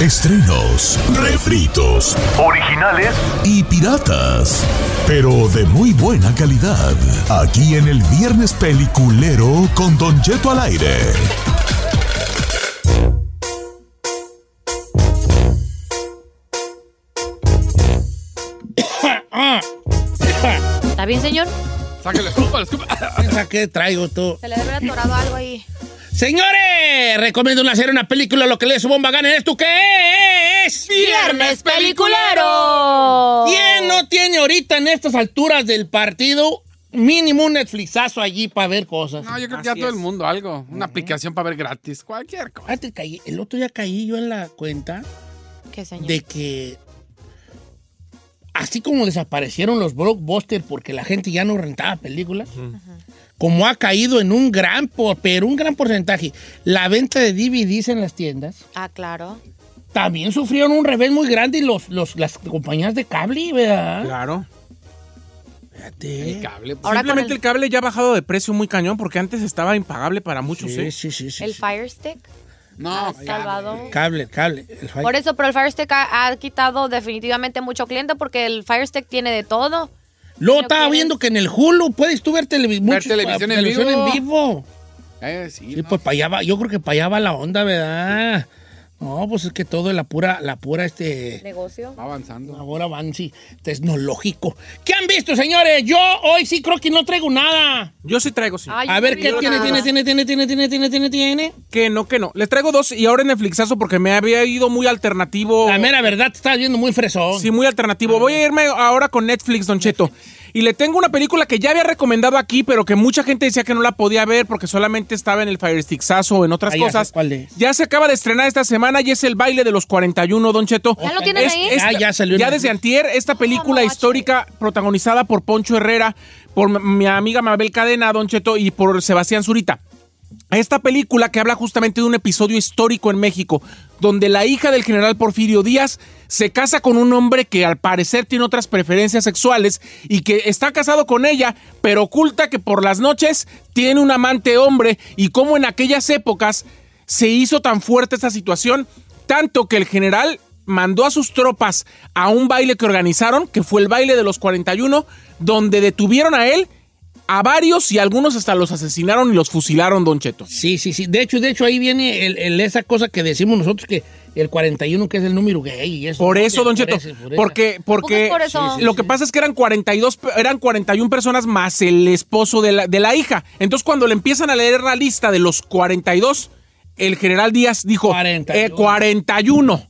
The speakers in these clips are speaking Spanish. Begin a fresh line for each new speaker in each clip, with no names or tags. Estrenos, refritos,
originales
y piratas, pero de muy buena calidad. Aquí en el Viernes Peliculero con Don Jeto al aire.
¿Está bien, señor?
Sáquela, escupa, escupa.
Piensa que traigo tú.
Se le debe haber atorado algo ahí.
Señores, recomiendo una serie, una película, lo que le su bomba gana. ¿Esto qué es?
¡Viernes Peliculero!
¿Quién no tiene ahorita en estas alturas del partido mínimo un Netflixazo allí para ver cosas?
No, yo creo que ya todo el mundo algo. Una aplicación para ver gratis, cualquier cosa.
Fíjate, Ah, caí- el otro día caí yo en la cuenta
¿Qué, señor?
de que así como desaparecieron los blockbusters porque la gente ya no rentaba películas, como ha caído en un gran, por- pero un gran porcentaje, la venta de DVDs en las tiendas.
Ah, claro.
también sufrieron un revés muy grande y los, los, las compañías de cable, ¿verdad?
Claro.
El
Fíjate.
cable. pues.
Ahora con
Simplemente
el-
el... cable ya ha bajado de precio muy cañón porque antes estaba impagable para muchos,
Sí,
¿eh?
sí, sí, sí.
El
sí.
Fire Stick.
No,
ha salvado.
Cable, cable. el fi-
Por eso, pero el Fire Stick ha, ha quitado definitivamente mucho cliente porque el Fire Stick tiene de todo.
Luego
Pero
estaba
quieres-
viendo que en el Hulu puedes tú ver, televi- muchos- ah,
televisión en vivo. Eh, sí,
Sí,
no.
pues para allá va, yo creo que para allá va la onda, ¿verdad? No, pues es que todo es la pura, la pura, este,
Negocio.
Va avanzando.
ahora van, sí, tecnológico. ¿Qué han visto, señores? Yo hoy sí creo que no traigo nada.
Yo sí traigo,
Ah.
sí.
Ay,
A
yo
ver,
no
¿qué
vi
tiene,
nada.
tiene, tiene, tiene, tiene, tiene, tiene, tiene, tiene?
Que no, que no. Les traigo dos y ahora en Netflixazo porque me había ido muy alternativo.
La Ah. mera verdad, te estás viendo muy fresón.
Sí, muy alternativo. Voy a irme ahora con Netflix, Don Cheto. Y le tengo una película que ya había recomendado aquí, pero que mucha gente decía que no la podía ver porque solamente estaba en el Firesticksazo o en otras
Ay, Ah, ya sé
cosas.
cuál es.
Ya se acaba de estrenar esta semana y es el baile de los 41, Don Cheto.
¿Ya lo tienen ahí?
Ah, ya salió en
Ya
Netflix.
desde antier, esta película
no,
histórica protagonizada por Poncho Herrera, por m- mi amiga Mabel Cadena, Don Cheto, y por Sebastián Zurita. Esta película que habla justamente de un episodio histórico en México, donde la hija del general Porfirio Díaz se casa con un hombre que al parecer tiene otras preferencias sexuales y que está casado con ella, pero oculta que por las noches tiene un amante hombre y cómo en aquellas épocas se hizo tan fuerte esta situación, tanto que el general mandó a sus tropas a un baile que organizaron, que fue el baile de los 41, donde detuvieron a él a varios y algunos hasta los asesinaron y los fusilaron, Don Cheto.
Sí, sí, sí. De hecho, de hecho ahí viene el- el- esa cosa que decimos nosotros que el 41 que es el número gay y eso.
Por eso,
Por
Don Cheto,
ese, por ese.
porque porque
¿Por qué es por eso?
lo que pasa es que eran 42 pe- eran 41 personas más el esposo de la, de la hija. Entonces, cuando le empiezan a leer la lista de los 42, el general Díaz dijo eh,
41.
41.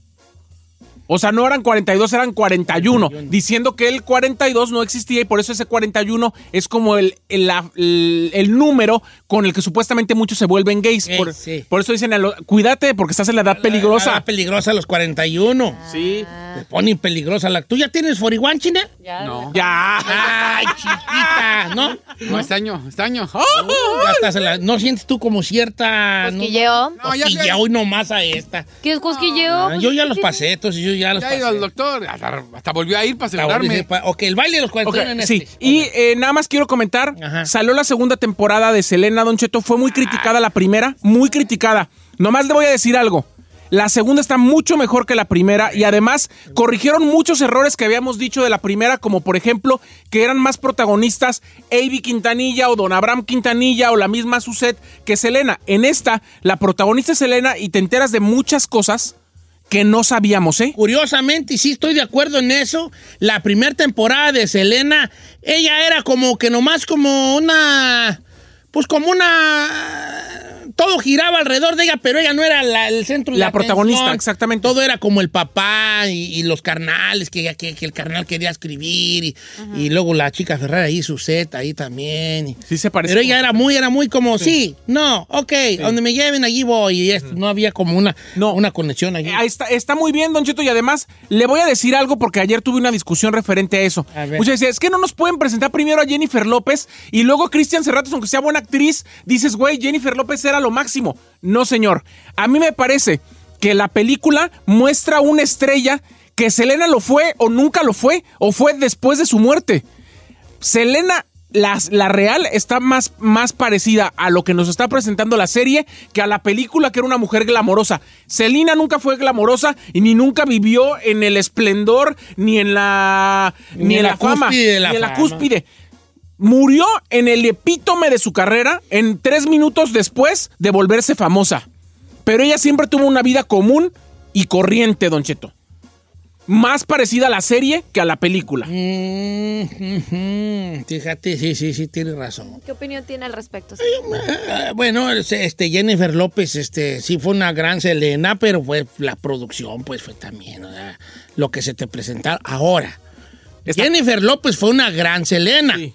O sea, no eran 42, eran 41, diciendo que el 42 no existía y por eso ese 41 es como el, el, la- el- el número con el que supuestamente muchos se vuelven gays.
Gays,
por,
sí.
por eso dicen, a lo- cuídate porque estás en la edad peligrosa.
Ah, peligrosa los 41.
Ah.
sí.
Te ponen peligrosa la. ¿Tú ya tienes 41, China?
Ya,
No.
Ya.
Ay, chiquita, ¿no?
No, este año, este año.
Ya estás en la- ¿No sientes tú como cierta.
Pues
no,
Cosquilleo.
No, ya-
Cosquilla,
ya-
hoy nomás a esta.
¿Qué es cosquilleo?
Ah, yo ya los pasé, entonces yo ya los
Ya he
pasé.
ido al doctor. Hasta, hasta volvió a ir para
Ahora dice,
asegurarme.
pa- Ok, el baile de los 41
Ok,
en
sí.
Netflix.
Y
Ok.
eh, nada más quiero comentar,
Ajá.
salió la segunda temporada de Selena Don Cheto, fue muy criticada la primera, muy criticada. Nomás le voy a decir algo. La segunda está mucho mejor que la primera y además corrigieron muchos errores que habíamos dicho de la primera, como por ejemplo que eran más protagonistas Avi Quintanilla o Don Abraham Quintanilla o la misma Suset que Selena. En esta, la protagonista es Selena y te enteras de muchas cosas que no sabíamos, ¿eh?
Curiosamente, y sí estoy de acuerdo en eso, la primera temporada de Selena, ella era como que nomás como una, pues como una, todo giraba alrededor de ella, pero ella no era la- el centro de
La protagonista,
atención.
exactamente.
Todo era como el papá y, y los carnales, que, que- que el carnal quería escribir, y, y luego la chica Ferrari ahí, su set ahí también. y-
Sí se parece.
pero ella era muy, era muy como, sí, no, ok, donde me lleven allí voy, y esto, no había como una,
No.
una conexión allí.
Eh, ahí está, está muy bien, Don Cheto, y además le voy a decir algo porque ayer tuve una discusión referente a eso.
A ver.
Muchas decía, es que no nos pueden presentar primero a Jennifer López y luego Cristian Serratos, aunque sea buena actriz, dices, güey, Jennifer López era lo máximo. No, señor. A mí me parece que la película muestra una estrella que Selena lo fue o nunca lo fue o fue después de su muerte. Selena, las- la real, está más, más parecida a lo que nos está presentando la serie que a la película que era una mujer glamorosa. Selena nunca fue glamorosa y ni nunca vivió en el esplendor ni en la, ni en la, fama,
cúspide de la
ni en la
fama.
cúspide. Murió en el epítome de su carrera en tres minutos después de volverse famosa. Pero ella siempre tuvo una vida común y corriente, Don Cheto. Más parecida a la serie que a la película.
Mm, ujú. Fíjate, sí, sí, sí, tienes razón.
¿Qué opinión tiene al respecto?
Eh, Bueno, este este, Jennifer López, este, sí fue una gran Selena, pero fue la producción, pues fue también o sea, lo que se te presentaba. Ahora,
Esta-
Jennifer López fue una gran Selena.
Sí.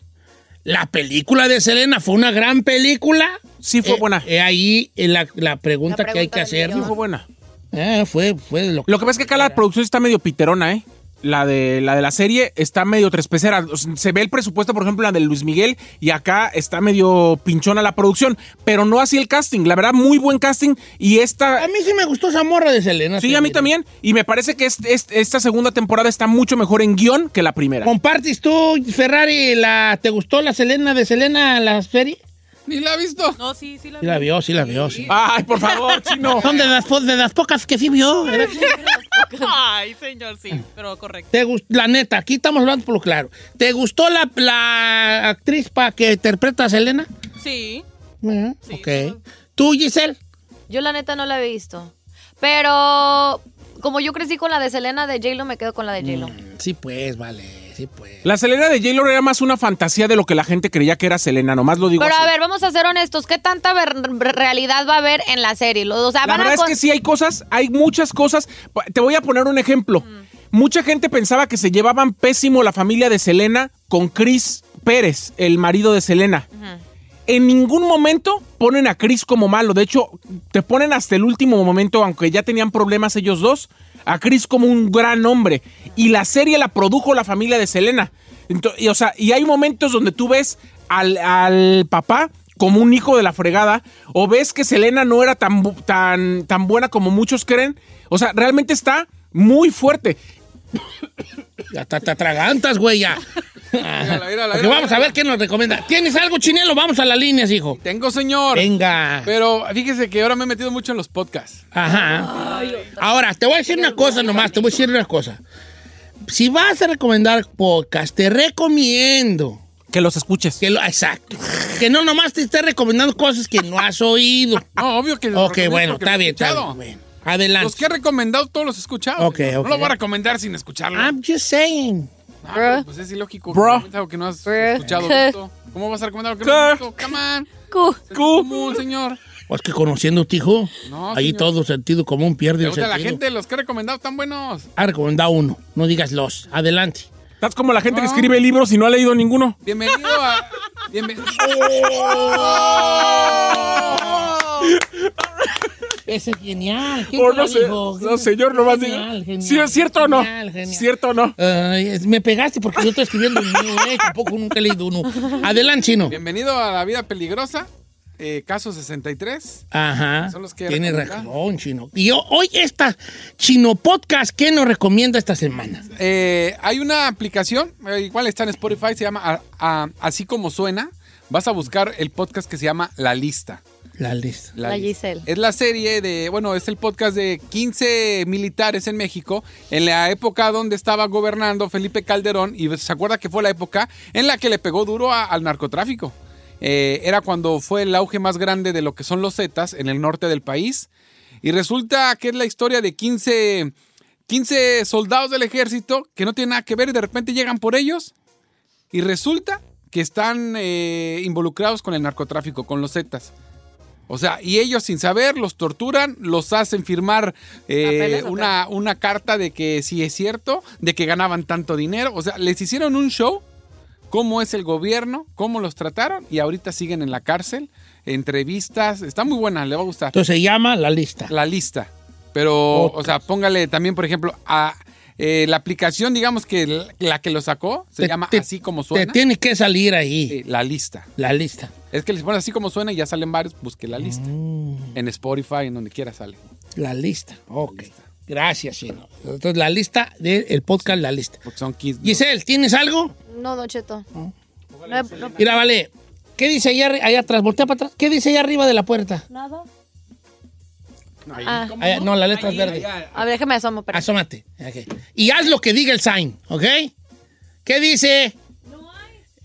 La película de Selena fue una gran película.
Sí fue
Eh,
buena.
eh, ahí eh, la, la pregunta
La
que hay
pregunta
que
del
hacer.
Sí, fue buena.
Eh, fue, fue lo
Lo que pasa es que acá la producción está medio piterona, ¿eh? La de, la de la serie está medio trespecera. O sea, Se ve el presupuesto, por ejemplo, la de Luis Miguel, y acá está medio pinchona la producción, pero no así el casting. La verdad, muy buen casting. Y esta.
A mí sí me gustó esa morra de Selena.
Sí, a mí también. Y me parece que este- este- esta segunda temporada está mucho mejor en guión que la primera.
¿Compartes tú, Ferrari, la, te gustó la Selena de Selena, la serie?
Ni la ha visto.
No, sí, sí la Ah.
Sí la vio, sí la vio, sí.
Ay, por favor, chino.
Son de las, po- de las pocas que sí vio. ¿verdad?
Ay, señor, sí, pero correcto.
Te gust- la neta, aquí estamos hablando por lo claro. ¿Te gustó la, la actriz para que interpreta a Selena?
Sí.
Ujú,
Sí.
ok. ¿Tú, Giselle?
Yo la neta no la he visto. Pero como yo crecí con la de Selena de J-Lo, me quedo con la de J-Lo.
Sí, pues, vale, sí, pues.
La Selena de J-Lo era más una fantasía de lo que la gente creía que era Selena. Nomás lo digo.
Pero a
así.
ver, vamos a ser honestos. ¿Qué tanta ver- re- realidad va a haber en la serie? Lo- O sea,
La
van
verdad
a
es
con-
que sí hay cosas, hay muchas cosas. Pa- Te voy a poner un ejemplo.
Mm.
Mucha gente pensaba que se llevaban pésimo la familia de Selena con Chris Pérez, el marido de Selena. En ningún momento ponen a Chris como malo. De hecho, te ponen hasta el último momento, aunque ya tenían problemas ellos dos, a Chris como un gran hombre. Y la serie la produjo la familia de Selena. Ento- y, o sea, y hay momentos donde tú ves al, al papá como un hijo de la fregada, o ves que Selena no era tan, bu- tan, tan buena como muchos creen. O sea, realmente está muy fuerte.
Ya te, te atragantas, güey, ya.
Mírala, mírala,
Ok,
mírala.
vamos a ver qué nos recomienda. ¿Tienes algo, Chinelo? Vamos a las líneas, hijo.
Tengo, señor.
Venga.
Pero fíjese que ahora me he metido mucho en los podcasts.
Ajá. Ahora, te voy a decir una cosa nomás, te voy a decir una cosa. Si vas a recomendar podcast, te recomiendo
Que los escuches.
que lo... Exacto. Que no nomás te esté recomendando cosas que no has oído.
No, obvio que. lo
ok,
recomiendo
bueno,
porque
está
lo he
bien, está
escuchado.
bien. bueno. Adelante.
Los que he recomendado, todos los he escuchado.
Ok,
señor.
ok.
No lo voy a recomendar sin escucharlo.
I'm just saying.
Ah, pero pues es ilógico.
Bro.
Que, algo que no has
Bro.
escuchado. Beto. ¿Cómo vas a recomendar algo que no has visto? Come on.
Cu-
Es común, señor.
Pues que conociendo tu hijo,
No,
ahí
señor.
todo sentido común pierde
¿Te
el
gusta
sentido.
la gente? Los que he recomendado están buenos.
Ah, recomendado uno, no digas los. Adelante.
Estás como la gente que escribe libros y no ha leído ninguno.
Bienvenido a. bienven-
Oh. Ese es genial. qué
Oh, no,
tal,
sé-
hijo,
no, señor, no más diga.
genial, genial,
¿Sí es cierto o no?
genial, genial.
¿Cierto o no?
Ay, es- me pegaste porque yo estoy escribiendo un mío, eh, Tampoco nunca he leído uno. Adelante, chino.
Bienvenido a la vida peligrosa. eh, caso 63.
Ajá.
Son los que
Tiene
recomiendan.
razón, chino. Y ho- hoy esta chino podcast, ¿qué nos recomienda esta semana?
Eh, hay una aplicación, eh, igual está en Spotify, se llama a- a- Así como suena. Vas a buscar el podcast que se llama La Lista.
La lista.
La
lista.
Giselle.
Es la serie de, bueno, es el podcast de 15 militares en México en la época donde estaba gobernando Felipe Calderón y se acuerda que fue la época en la que le pegó duro a- al narcotráfico. Eh, era cuando fue el auge más grande de lo que son los Zetas en el norte del país. Y resulta que es la historia de 15, 15 soldados del ejército que no tienen nada que ver y de repente llegan por ellos y resulta que están eh, involucrados con el narcotráfico, con los Zetas. O sea, y ellos sin saber los torturan, los hacen firmar eh,
¿Papeles o qué?
una, una carta de que sí es cierto, de que ganaban tanto dinero. O sea, les hicieron un show, cómo es el gobierno, cómo los trataron y ahorita siguen en la cárcel. Entrevistas, está muy buena, le va a gustar.
Entonces se llama La Lista.
La lista. Pero, o sea, póngale también, por ejemplo, a eh, la aplicación, digamos que la, la que lo sacó, se
Te-
llama
te-
así como suena.
Te tiene que salir ahí.
Sí, eh, la lista.
La Lista.
Es que les pones así como suena y ya salen varios, busque la lista.
Mm.
En Spotify, en donde quiera sale.
La Lista. Ok. Gracias, Chino. Entonces, La Lista del podcast La Lista.
Porque son 15.
Giselle, ¿tienes algo?
No, Don Cheto. No he- no-
Mira, vale. ¿Qué dice allá, arri- allá atrás? Voltea para atrás. ¿Qué dice allá arriba de la puerta?
ah,
Allá- no, la letra es verde.
a ver, déjeme asomo. pero-
Asómate. Ok. Y haz lo que diga el sign, ¿ok? ¿Qué dice?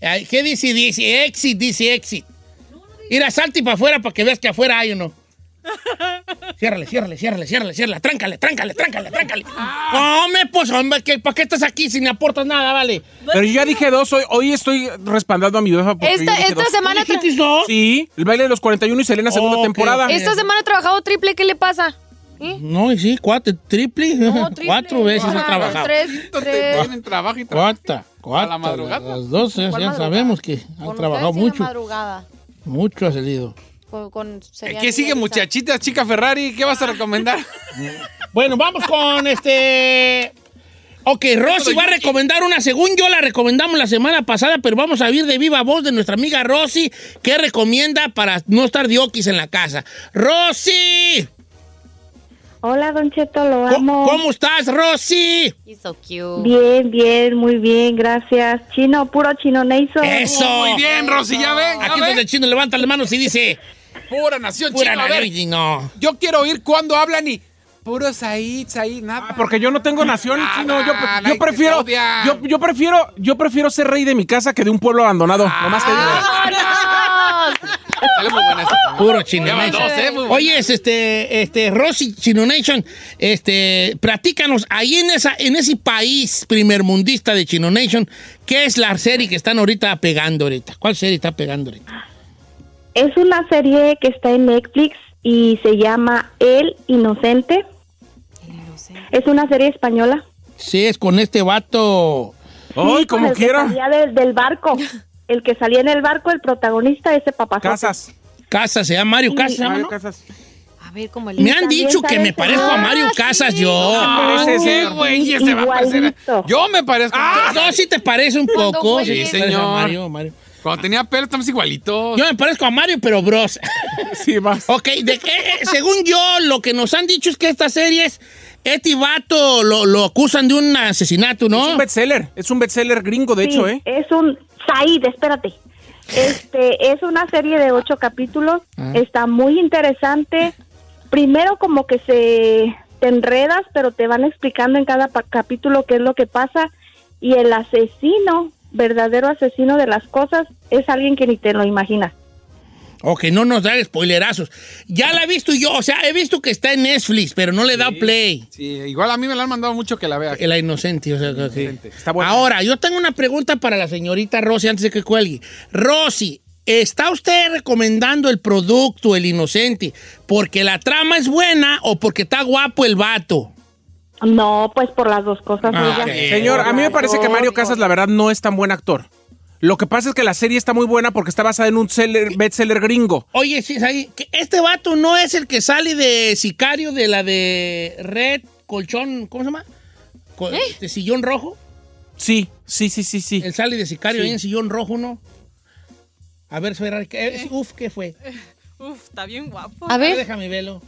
Ay, ¿Qué dice? Dice exit, dice exit. Ir a salti para afuera para que veas que afuera hay uno. Ciérrale, ciérrale, ciérrale, ciérrale, ciérrale. Tráncale, tráncale, tráncale, tráncale.
Ah.
Come, pues, hombre, ¿qué- ¿para qué estás aquí si no aportas nada, vale?
Pero yo ya dije dos, hoy, hoy estoy respaldando a mi befa porque yo
Esta,
dije
esta
dos.
semana
¿Qué
tra-
dijiste, no?
Sí, el baile de los 41 y Selena, segunda
Ok.
temporada.
Es-
esta semana he trabajado triple, ¿qué le pasa? ¿Eh?
No, y sí, cuatro, triple.
No, triple.
Cuatro veces
Ah,
ha trabajado.
Tres, tres.
Tienen trabajo y trabajo.
Cuarta,
¿A la
cuarta.
madrugada?
Las doce,
¿Cuál
ya
madrugada?
sabemos que ha
Con
trabajado
ustedes sí, la
mucho.
madrugada.
Mucho ha salido.
Con, con cereal
¿Qué
y
sigue,
avisa.
muchachitas, chica Ferrari? ¿Qué
Ah.
vas a recomendar?
Bueno, vamos con este. Ok, Rosy va a recomendar una. Según yo la recomendamos la semana pasada, pero vamos a oír de viva voz de nuestra amiga Rosy, que recomienda para no estar diokis en la casa. ¡Rosy!
Hola, Don Cheto, lo
¿Cómo,
amo.
cómo estás, Rosy?
He's so cute.
Bien, bien, muy bien, gracias. Chino, puro chino neizo.
¡Eso!
Muy bien, Rosy, ya ven.
Aquí donde el chino levanta las manos y dice:
Pura nación,
¡Pura
chica. a ver,
no!
Yo quiero oír cuando hablan y. Puro Said, Said, nada.
Ah, Porque yo no tengo nación,
Ah,
chino. Yo,
nah,
yo
nadie te
prefiero.
odia.
Yo, yo prefiero. Yo prefiero ser rey de mi casa que de un pueblo abandonado.
Ah.
Nomás te digo.
Sale muy buena esa.
Puro chino
Ya van
nation.
dos, ¿eh? Muy buena.
Oye, es este, este, Rosy Chino Nation, este, platícanos, ahí en esa, en ese país primermundista de Chino Nation, ¿qué es la serie que están ahorita pegando ahorita? ¿Cuál serie está pegando ahorita?
Es una serie que está en Netflix y se llama El Inocente. Es una serie española.
Sí, es con este vato.
Ay,
Sí, con
como
el que
quiera.
salía del, del barco. El que salía en el barco, el protagonista, ese papá.
Casas.
Casas, se llama Mario Casas, se llama,
Mario
¿Ah, ¿no?
Casas.
A ver, como el...
Me han
También
dicho que
sale
me
ese
parezco a
vato.
Mario
Ah,
Casas,
sí.
yo.
Ah,
Parece ese,
uy,
güey, ese va a parecer.
igualito.
Yo me parezco.
Ah.
No, sí te parece un
Cuando
poco.
huele.
Sí,
ah. Sí,
te parece a
señor.
Mario, Mario.
Cuando tenía pelo, estamos igualitos.
Yo me parezco a Mario, pero bros.
Sí, más.
Ok, de que, eh, según yo, lo que nos han dicho es que estas series, este vato lo, lo acusan de un asesinato,
Es
¿no?
un bestseller. Es un bestseller gringo, de
Sí,
hecho, ¿eh?
Es un Said, espérate. Este es una serie de ocho capítulos.
Ah.
Está muy interesante. Primero como que se te enredas, pero te van explicando en cada pa- capítulo qué es lo que pasa y el asesino, verdadero asesino de las cosas, es alguien que ni te lo imaginas.
Ok, no nos da spoilerazos. Ya la he visto yo, o sea, he visto que está en Netflix, pero no le he dado play.
Sí, igual a mí me la han mandado mucho que la vea.
La inocente, o sea, que-
Está bueno.
Ahora, yo tengo una pregunta para la señorita Rosy antes de que cuelgue. Rosy, ¿está usted recomendando el producto, el inocente, porque la trama es buena o porque está guapo el vato?
No, pues por las dos cosas.
Ah,
oiga.
ok.
Señor, a mí me parece que Mario
Dios.
Casas, la verdad, no es tan buen actor. Lo que pasa es que la serie está muy buena porque está basada en un seller- bestseller gringo.
Oye, sí, ahí, que este vato no es el que sale de sicario de la de Red Colchón, ¿cómo se llama? Co- De sillón rojo.
Sí, sí, sí, sí, sí.
Él sale de sicario
Sí.
ahí en sillón rojo, ¿no? A ver, soy raro, ¿qué- es- Uf, ¿qué fue?
Uf, está bien guapo.
A
A ver,
ver.
déjame verlo.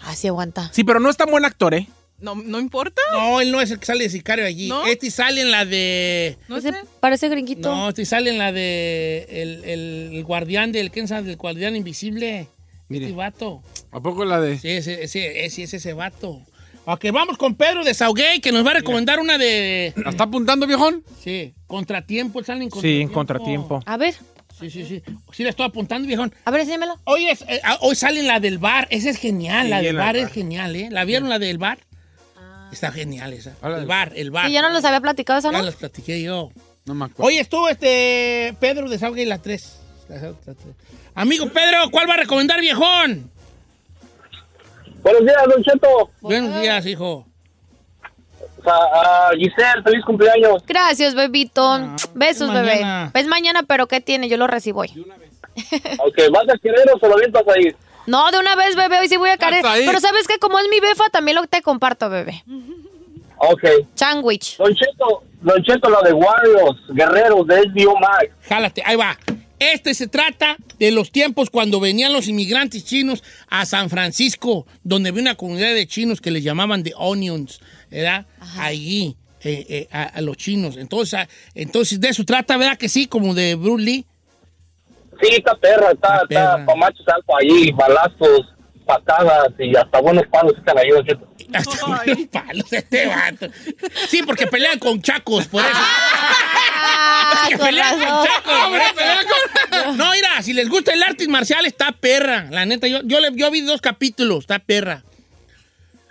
Ah, sí, aguanta.
Sí, pero no es tan buen actor, ¿eh?
No, no importa.
No, él no es el que sale de sicario allí.
¿No?
Este sale en la de.
No
Ese
sé.
Parece gringuito.
No, este sale en la de. El, el- el guardián del. ¿Quién sabe? El guardián invisible.
Mire.
Este vato.
¿A poco la de.?
Sí, ese, ese, ese, es ese vato. Ok, vamos con Pedro de Sauguey, que nos va a recomendar una de.
¿La está apuntando, viejón?
Sí, contratiempo, salen en
Sí, en
contratiempo.
contratiempo.
A ver.
Sí, sí, sí. Sí, la estoy apuntando, viejón.
A ver, enséñamelo.
Hoy, es, eh, ah, hoy salen la del bar. Esa es genial. la
Sí,
del
la
bar
del
es
bar.
genial, ¿eh? ¿La vieron la del bar? Está genial esa.
Ah,
Habla
El
del-
bar, el bar.
Ah. Sí, yo no los había platicado eso,
Ya
¿no?
las platiqué yo.
No me acuerdo.
Oye, estuvo este Pedro de Sauga y la 3. Amigo Pedro, ¿cuál va a recomendar, viejón?
Buenos días, Don Cheto.
Pues,
Buenos días, hijo.
A, a Giselle, feliz cumpleaños.
Gracias, bebito. Besos,
es
bebé.
mañana.
Es mañana, pero ¿qué tiene? Yo lo recibo hoy.
Ok, ¿vas a querer o se lo avientas ahí?
No, de una vez, bebé, hoy sí voy a caer.
Hasta ahí.
Pero sabes que como es mi befa, también lo te comparto, bebé.
Ok.
Sandwich.
Don Cheto, Don Cheto, la de Warriors, Guerreros, de HBO Max.
Jálate, ahí va. Este se trata de los tiempos cuando venían los inmigrantes chinos a San Francisco, donde había una comunidad de chinos que les llamaban The Onions, ¿verdad? Allí, eh, eh, a, a los chinos. Entonces, a- entonces, de eso trata, ¿verdad? Que sí, como de Bruce Lee.
Sí, está perra, está,
Está perra.
está pa' machos alfa ahí, balazos, patadas y hasta buenos palos están ahí, Don Cheto.
Hasta unos palos este vato. Sí, porque pelean con chacos, por eso.
Ah,
que
con
pelean con
razón.
chacos, güey, pelean con- No, mira, si les gusta el arte marcial, está perra. La neta, yo, yo, le- yo vi dos capítulos, está perra.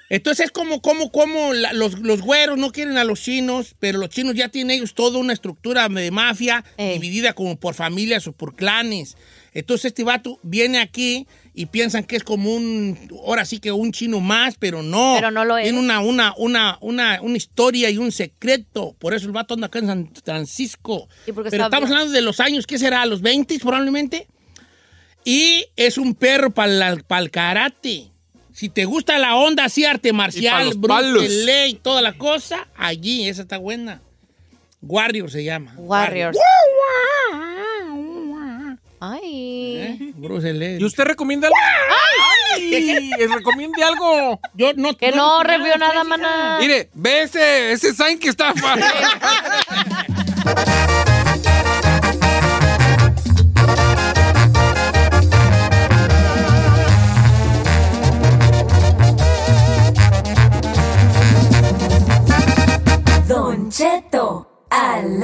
Entonces es como, como, como la- los, los güeros no quieren a los chinos, pero los chinos ya tienen ellos toda una estructura de mafia
Ey.
dividida como por familias o por clanes. Entonces este vato viene aquí y piensan que es como un, ahora sí que un chino más, pero no.
Pero no lo es.
Tiene una, una, una, una, una historia y un secreto. Por eso el vato anda acá en San Francisco.
Y porque
Pero
está
estamos
bien.
hablando de los años, ¿qué será? ¿Los 20 probablemente? Y es un perro para el karate. Si te gusta la onda así, arte marcial,
los
Bruce
palos.
Lee y toda la cosa, allí, esa está buena. Warrior se llama.
Warriors. Ay.
¿Eh? Bruce Lee.
¿Y usted recomienda algo? ¡Ay! Eh, Recomiende algo.
Yo no,
Que no revió nada, maná.
Mire, ve ese, ese sign que está.
Don Cheto, al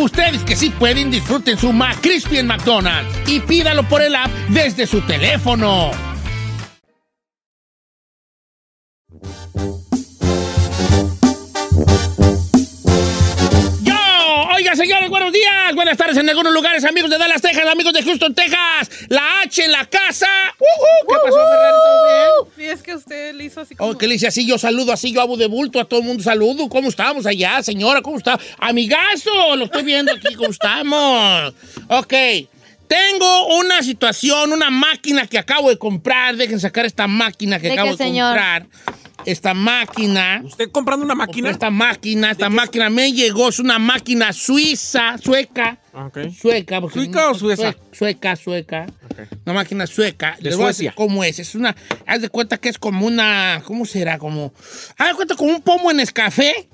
Ustedes que sí pueden, disfruten su McCrispy en McDonald's y pídalo por el app desde su teléfono. ¡Yo! Oiga, señores, buenos buenos días, buenas tardes en algunos lugares, amigos de Dallas, Texas, amigos de Houston, Texas. La H en la casa. ¡Ujú! ¿Qué pasó, Ferrari? ¿Todo bien?
Sí, es que usted le hizo así como...
Oh, ¿Qué le dice así? Yo saludo así, yo hago de bulto a todo el mundo. Saludo, ¿cómo estamos allá, señora? ¿Cómo está? Amigazo, lo estoy viendo aquí, ¿cómo estamos? Ok, tengo una situación, una máquina que acabo de comprar. Dejen sacar esta máquina que
¿De
acabo
qué,
de
señor?
comprar. Esta máquina.
¿Usted comprando una máquina?
Esta máquina, esta máquina me llegó. Es una máquina suiza, sueca. Sueca. porque-
¿Suica o sueza?
Sue- Sueca, sueca. Una máquina sueca.
De
Les voy a decir
Suecia.
¿Cómo es? Es una. Haz de cuenta que es como una. ¿Cómo será? Como. Haz de cuenta como un pomo en escafé.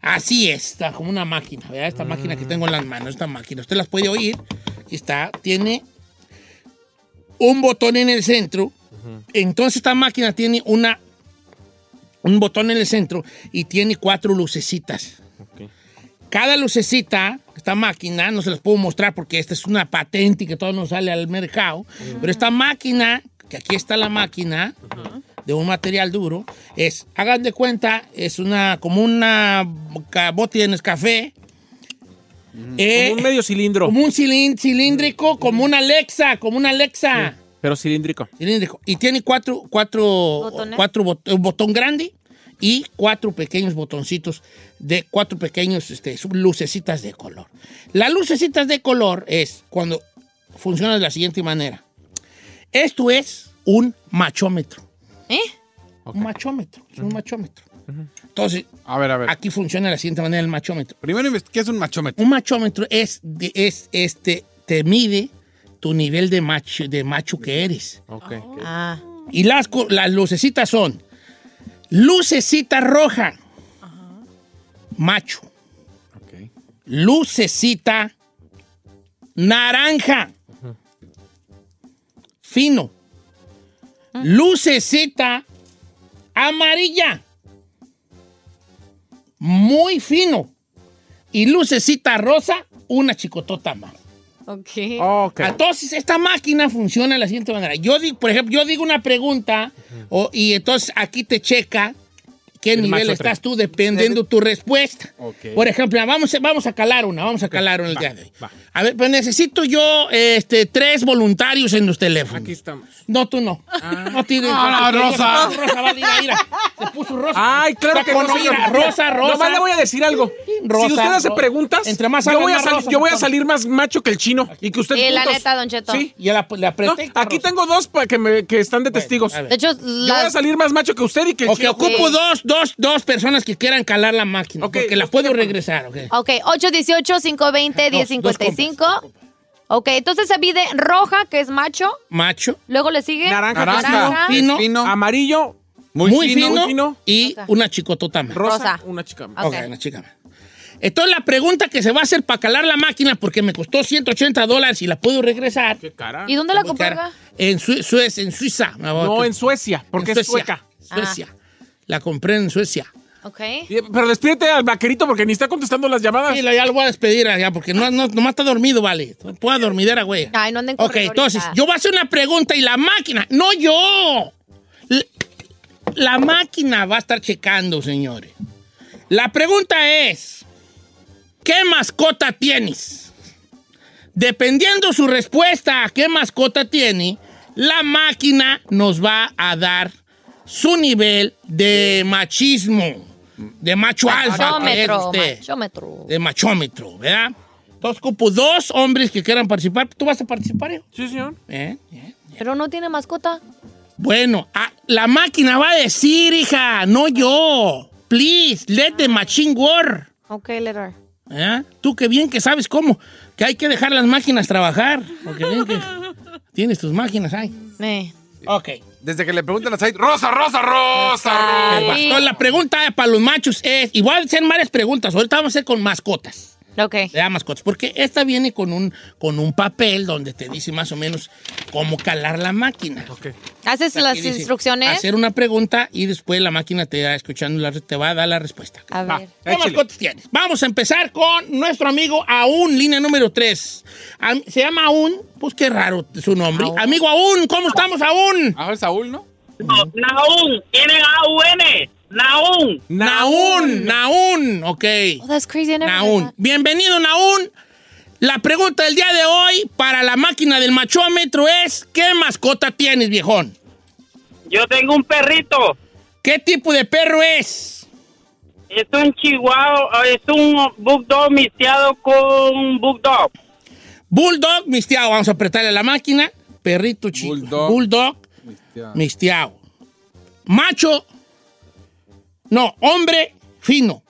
Así es, está como una máquina, ¿verdad? Esta máquina que tengo en las manos, esta máquina. Usted las puede oír. Aquí está. Tiene un botón en el centro. Entonces esta máquina tiene una, un botón en el centro y tiene cuatro lucecitas. Cada lucecita, esta máquina, no se las puedo mostrar porque esta es una patente y que todo no sale al mercado, pero esta máquina, que aquí está la máquina de un material duro, es, hagan de cuenta, es una como una ca- bote en escafé.
Como un medio cilindro.
Eh. Como un cilín- cilíndrico, como una Alexa, como una Alexa.
Pero cilíndrico.
Cilíndrico. Y tiene cuatro, cuatro,
Botones.
cuatro bot- un botón grande y cuatro pequeños botoncitos de cuatro pequeños este, sub- lucecitas de color. Las lucecitas de color es cuando funciona de la siguiente manera. Esto es un machómetro.
¿Eh?
Un machómetro. Es un machómetro. Entonces,
A ver, a ver.
aquí funciona de la siguiente manera el machómetro.
Primero, ¿qué es un machómetro?
Un machómetro es, de- es este, te mide tu nivel de macho, de macho que eres.
Ok.
Ah.
Y las, cu- las lucecitas son lucecita roja, macho. Lucecita naranja, fino. Lucecita amarilla, muy fino. Y lucecita rosa, una chicotota más.
Ok.
Entonces, esta máquina funciona de la siguiente manera. Yo digo, por ejemplo, yo digo una pregunta o- y entonces aquí te checa qué
El
nivel
macho
estás
tres.
tú dependiendo tu respuesta.
Ok.
Por ejemplo, vamos, a- vamos a calar una, vamos a calar una el día de hoy. A ver, pues necesito yo este, tres voluntarios en los teléfonos.
Aquí estamos.
No, tú no. No tienes.
Ah, no, Rosa.
Rosa, vale, "Ah, mira, mira. Se puso rosa.
Ay, claro
Está
que
con-
no,
mira,
señor.
Rosa, rosa.
Nomás le voy a decir algo.
Rosa,
si usted hace
rosa.
preguntas,
Entre más
yo,
hablan,
voy a
más
salir,
rosa,
yo voy a
doctor.
salir más macho que el chino. Y que usted
Eh, la
juntos-
neta, este don Cheto.
Sí.
Y la, la
No,
apreté.
aquí tengo dos pa- que, me- que están de testigos.
a ver.
De hecho,
Yo voy a
las-
salir más macho que usted y que el
Ok,
chino.
ocupo dos, dos, dos personas que quieran calar la máquina.
Ok,
porque la
los
puedo
teléfonos.
regresar, ok.
Ok, 818-520-1055. Ok, entonces se pide roja, que es macho.
Macho,
Luego le sigue
Naranja,
Naranja,
naranja,
fino,
fino,
Amarillo,
muy, fino,
muy fino.
y
Ok.
una chicotota más.
rosa,
Rosa.
una chica.
Ah.
Ok.
Ok, una chica más. Entonces la pregunta que se va a hacer para calar la máquina, porque me costó 180 dólares y la puedo regresar.
Qué cara.
¿Y dónde la compró?
Cara. En, Sue- Suez- en Suiza.
No, en Suecia, porque es sueca.
Suecia. La compré en Suecia.
Ok.
Y- Pero despídete al vaquerito porque ni está contestando las llamadas.
Sí, la- ya lo voy a despedir allá, porque no, no, nomás está dormido, vale. Puedo dormidera, güey.
Ay, no anden
Ok,
corriendo
entonces,
ahorita.
yo voy a hacer una pregunta y la máquina, no yo. L- La, máquina va a estar checando, señores. La pregunta es, ¿qué mascota tienes? Dependiendo su respuesta a qué mascota tiene, la máquina nos va a dar su nivel de machismo, de macho alfa. que es
Machómetro.
usted
Machómetro.
de machómetro, ¿verdad? Entonces cupo dos hombres que quieran participar. ¿Tú vas a participar, hijo?
Sí, señor.
¿Eh? ¿Eh?
Pero no tiene mascota.
Bueno, ah, la máquina va a decir, hija, no yo. Please, let the machine work.
Ok, letter.
¿Eh? Tú qué bien que sabes cómo, que hay que dejar las máquinas trabajar. Porque bien que tienes tus máquinas ahí.
Eh.
Ok.
Desde que le preguntan a Said, Rosa, Rosa, Rosa,
Ay.
Rosa.
Entonces, la pregunta eh, para los machos es, y voy a hacer varias preguntas, ahorita vamos a hacer con mascotas.
Ok.
Le da mascotas. Porque esta viene con un, con un papel donde te dice más o menos cómo calar la máquina.
¿Haces las
Aquí dice,
instrucciones?
Hacer una pregunta y después la máquina te va escuchando, la, te va a dar la respuesta.
A ver.
¿Qué mascotas tienes? Vamos a empezar con nuestro amigo Aún, línea número 3. Se llama Aún, pues qué raro su nombre. Amigo Aún, ¿cómo estamos Aún?
A ver, Saúl, ¿no?
Naun, N-A-U-N, Naun.
Naún, Naún, ok.
Oh, that's crazy. I never heard
Naún.
that.
Bienvenido, Naún. La pregunta del día de hoy para la máquina del machómetro es: ¿Qué mascota tienes, viejón?
Yo tengo un perrito.
¿Qué tipo de perro es?
Es un chihuahua, eh, es un bulldog mixeado con un bulldog.
Bulldog, mistiao. Vamos a apretarle a la máquina. Perrito chico. Bulldog. Mistiao. Macho. No, hombre fino.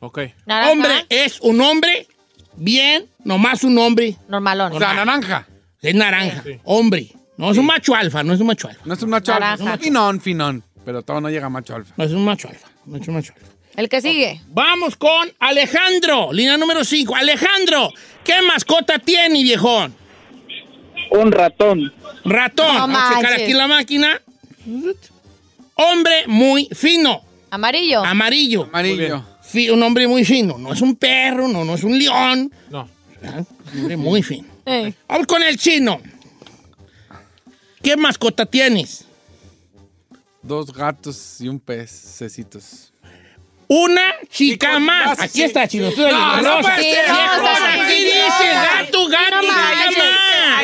Ok.
Naranja.
Hombre es un hombre bien, nomás un hombre.
Normalón.
O sea, naranja. Es naranja. Hombre. No es un macho alfa, no es un macho alfa.
No es un macho alfa, es un
Naranja.
finón, finón. Pero todo no llega a macho alfa.
No es un macho alfa, no es un macho alfa.
El que sigue.
Vamos con Alejandro, línea número 5. Alejandro, ¿qué mascota tiene, viejón?
Un ratón.
Ratón.
No
Vamos a checar
manches.
aquí la máquina. Hombre muy fino.
Amarillo.
Amarillo.
Amarillo.
Fi- un hombre muy fino. No es un perro, no, no es un león.
No.
Ah, Un hombre muy fino.
Eh.
Vamos con el chino. ¿Qué mascota tienes?
Dos gatos y un pececitos.
Una chica más.
sí.
Aquí está, chino. Tú
No,
eres
no
rosa.
puede ser.
Viejona,
No, o sea,
aquí
sí,
dice
no.
gato, gato,
No
chica
manches.
más.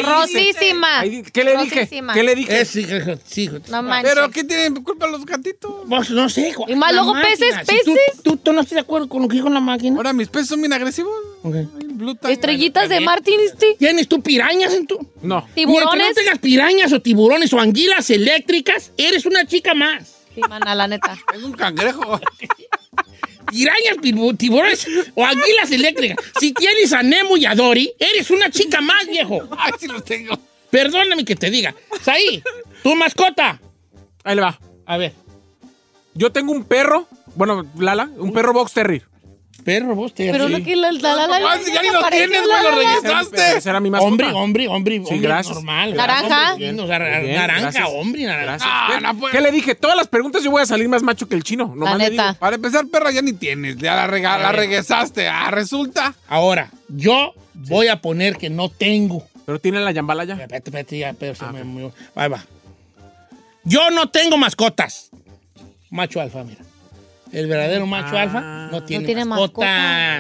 Rosísima.
Ahí- ¿Qué le dije?
Rosísima.
¿Qué le dije?
Es, hijo, hijo, hijo.
No manches.
¿Pero qué tienen culpa los gatitos?
Vos no sé. Juan,
Y más
la
luego
máquina.
peces,
Si tú-
peces.
¿Tú, tú no estás de acuerdo con lo que dijo la máquina?
Ahora, mis peces son bien agresivos.
Ok.
Ay, Blue Tang.
Estrellitas de Martin Sti-
¿Tienes tú pirañas en tu...?
No.
Mientras no
Tiburones.
tengas pirañas o tiburones o anguilas eléctricas, eres una chica más.
Sí, mana, la neta.
Es un cangrejo.
Pirañas, tibu- tiburones o anguilas eléctricas. Si tienes a Nemo y a Dory, eres una chica más, viejo.
Ay, sí los tengo.
Perdóname que te diga. Saí, tu mascota.
Ahí le va.
A ver,
Yo tengo un perro, bueno, Lala, un perro box terrier.
perro, vos te...
Pero
sí.
lo que la la la la.
Ah, si ya ni lo
apareció,
tienes,
la-
güey, lo
la- la-
registraste.
Esa era mi mascota.
Hombre, hombre, hombre, hombre
gracias.
normal.
Naranja.
Hombre, o sea, ra-
Muy bien,
naranja,
gracias.
hombre, naranja.
Gracias.
Ah,
¿Qué,
no puede-
qué le dije? Todas las preguntas yo voy a salir más macho que el chino.
La
nomás le digo.
neta.
Para empezar, perra, ya ni tienes. Ya la, rega- la regresaste. Ah, resulta.
Ahora, yo voy a poner que no tengo.
Pero tiene la yambala ya.
Espérate, espérate, ya, pero
Ah,
se me murió. Ahí va. Yo no tengo mascotas. Macho alfa, mira. El verdadero macho alfa no tiene,
tiene
mascotas.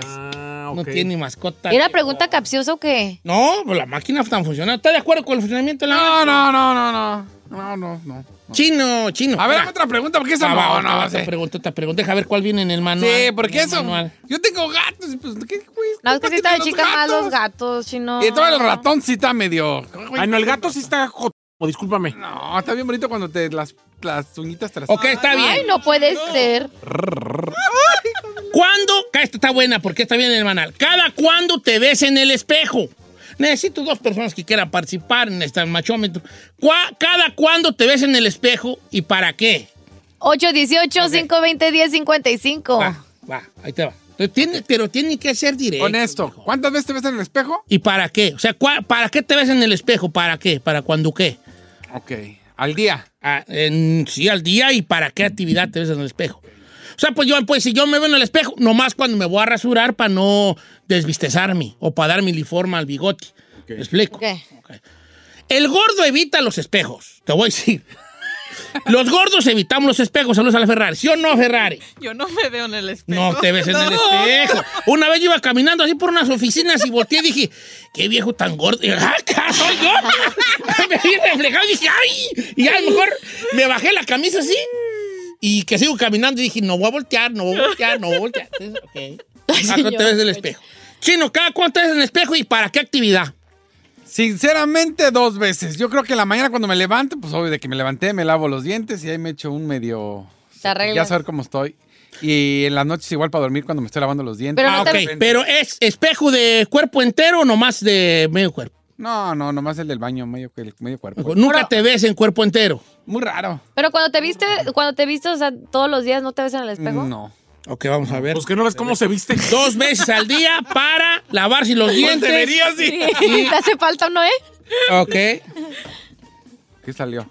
Ah,
No
ok.
tiene mascotas.
¿Era pregunta capciosa o qué?
No, pues la máquina tan funciona. ¿Estás de acuerdo con el funcionamiento de la
No, no, no, no, no. No, no, no.
Chino, chino.
A ver,
Mira.
hazme otra pregunta, porque esa
Ah, va,
no,
otra,
no,
otra
sí.
pregunta, otra pregunta. Deja ver cuál viene en el manual.
Sí, porque
En el
eso.
manual.
Yo tengo gatos. y Pues, ¿qué, güey?
No, es que
culpa
sí está de
tienen los
chica más los
gatos?
gatos, chino.
Y todo el ratón sí está medio.
Ay, no, el gato sí está joto. Discúlpame.
No, está bien bonito cuando te las, las uñitas te las.
Ok, está bien.
Ay, no puede ser.
¿Cuándo? Ca- Esta está buena porque está bien en el manual. Cada cuándo te ves en el espejo. Necesito dos personas que quieran participar en este machómetro. Cua- Cada cuándo te ves en el espejo y para qué.
818-520-1055.
Va, va, ahí te va. Entonces, tiene- pero tiene que ser directo.
Con esto. ¿Cuántas veces te ves en el espejo?
¿Y para qué? O sea, ¿cuá- ¿para qué te ves en el espejo? ¿Para qué? ¿Para cuándo qué?
Ok. Al día.
Ah, en- sí, al día y para qué actividad te ves en el espejo. O sea, pues yo, pues si yo me veo en el espejo, nomás cuando me voy a rasurar para no desvistezarme o para dar mi forma al bigote. ¿Me explico?
Ok.
Ok. El gordo evita los espejos, te voy a decir. los gordos evitamos los espejos, saludos a la Ferrari. ¿Sí o no, Ferrari?
Yo no me veo en el espejo.
No te ves en el espejo. Una vez yo iba caminando así por unas oficinas y volteé y dije, qué viejo tan gordo. Y, ¡Ah, ca- soy yo! me vi reflejado y dije, ¡ay! Y a lo mejor me bajé la camisa así y que sigo caminando y dije, no voy a voltear, no voy a voltear, no voy a voltear. Entonces, ok. Acá te ves en el espejo. Chino, ¿cada cuánto te ves en el espejo y para qué actividad?
Sinceramente, dos veces. Yo creo que en la mañana cuando me levanto, pues obvio de que me levanté, me lavo los dientes y ahí me echo un medio.
Te arreglas.
Ya saber cómo estoy. Y en las noches igual para dormir cuando me estoy lavando los dientes.
Pero
ah,
no te-
ok. Pero es espejo de cuerpo entero o nomás de medio cuerpo.
No, no, nomás el del baño, medio, el medio cuerpo.
Nunca te ves en cuerpo entero.
Muy raro.
Pero cuando te viste, cuando te viste, o sea, todos los días no te ves en el espejo.
No.
Ok, vamos a ver.
Pues que no ves cómo se viste.
dos veces al día para lavarse los dientes.
sí.
¿Te hace falta uno, eh?
Ok.
¿Qué salió?